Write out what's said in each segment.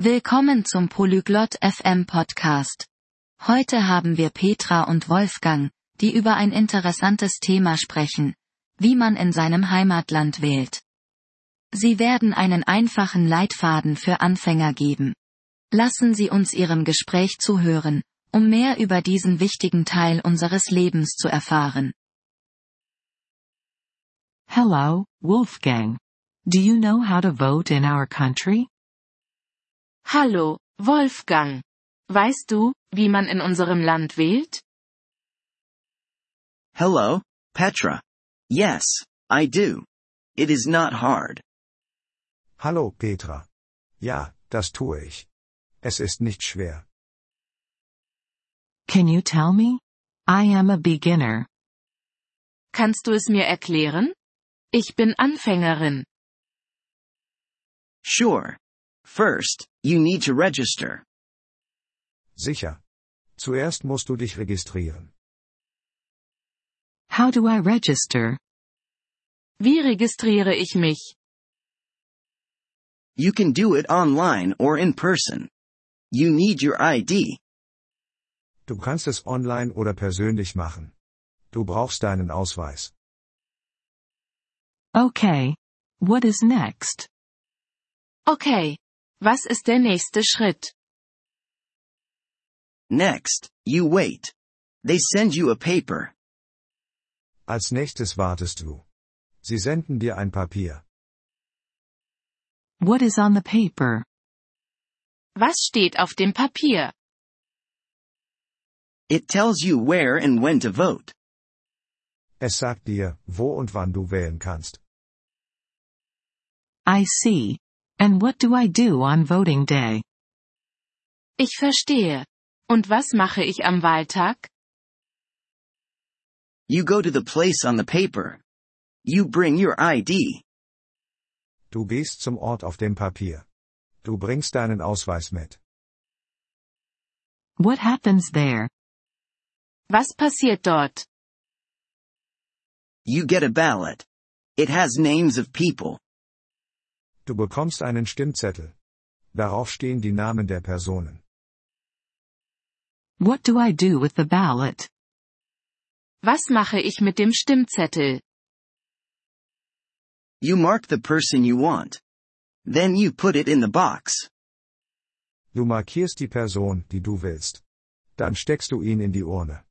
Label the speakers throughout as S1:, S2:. S1: Willkommen zum Polyglot FM Podcast. Heute haben wir Petra und Wolfgang, die über ein interessantes Thema sprechen, wie man in seinem Heimatland wählt. Sie werden einen einfachen Leitfaden für Anfänger geben. Lassen Sie uns Ihrem Gespräch zuhören, um mehr über diesen wichtigen Teil unseres Lebens zu erfahren.
S2: Hello, Wolfgang. Do you know how to vote in our country?
S3: Hallo, Wolfgang. Weißt du, wie man in unserem Land wählt?
S4: Hello, Petra. Yes, I do. It is not hard.
S5: Hallo Petra. Ja, das tue ich. Es ist nicht schwer.
S2: Can you tell me? I am a beginner.
S3: Kannst du es mir erklären? Ich bin Anfängerin.
S4: Sure. First, you need to register.
S5: Sicher. Zuerst musst du dich registrieren.
S2: How do I register?
S3: Wie registriere ich mich?
S4: You can do it online or in person. You need your ID.
S5: Du kannst es online oder persönlich machen. Du brauchst deinen Ausweis.
S2: Okay. What is next?
S3: Okay. Was ist der nächste Schritt?
S4: Next, you wait. They send you a paper.
S5: Als nächstes wartest du. Sie senden dir ein Papier.
S2: What is on the paper?
S3: Was steht auf dem Papier?
S4: It tells you where and when to vote.
S5: Es sagt dir, wo und wann du wählen kannst.
S2: I see. And what do I do on voting day?
S3: Ich verstehe. Und was mache ich am Wahltag?
S4: You go to the place on the paper. You bring your ID.
S5: Du gehst zum Ort auf dem Papier. Du bringst deinen Ausweis mit.
S2: What happens there?
S3: Was passiert dort?
S4: You get a ballot. It has names of people.
S5: Du bekommst einen Stimmzettel. Darauf stehen die Namen der Personen.
S2: What do I do with the ballot?
S3: Was mache ich mit dem Stimmzettel?
S4: You mark the person you want. Then you put it in the box.
S5: Du markierst die Person, die du willst. Dann steckst du ihn in die Urne.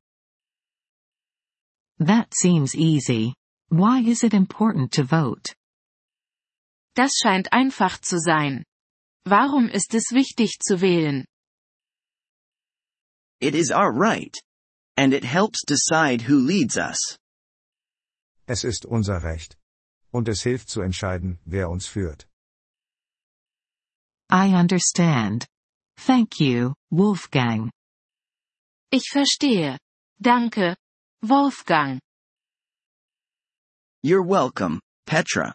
S2: That seems easy. Why is it important to vote?
S3: Das scheint einfach zu sein. Warum ist es wichtig zu wählen?
S4: It is our right. And it helps decide who leads us.
S5: Es ist unser Recht. Und es hilft zu entscheiden, wer uns führt.
S2: I understand. Thank you, Wolfgang.
S3: Ich verstehe. Danke. Wolfgang.
S4: You're welcome, Petra.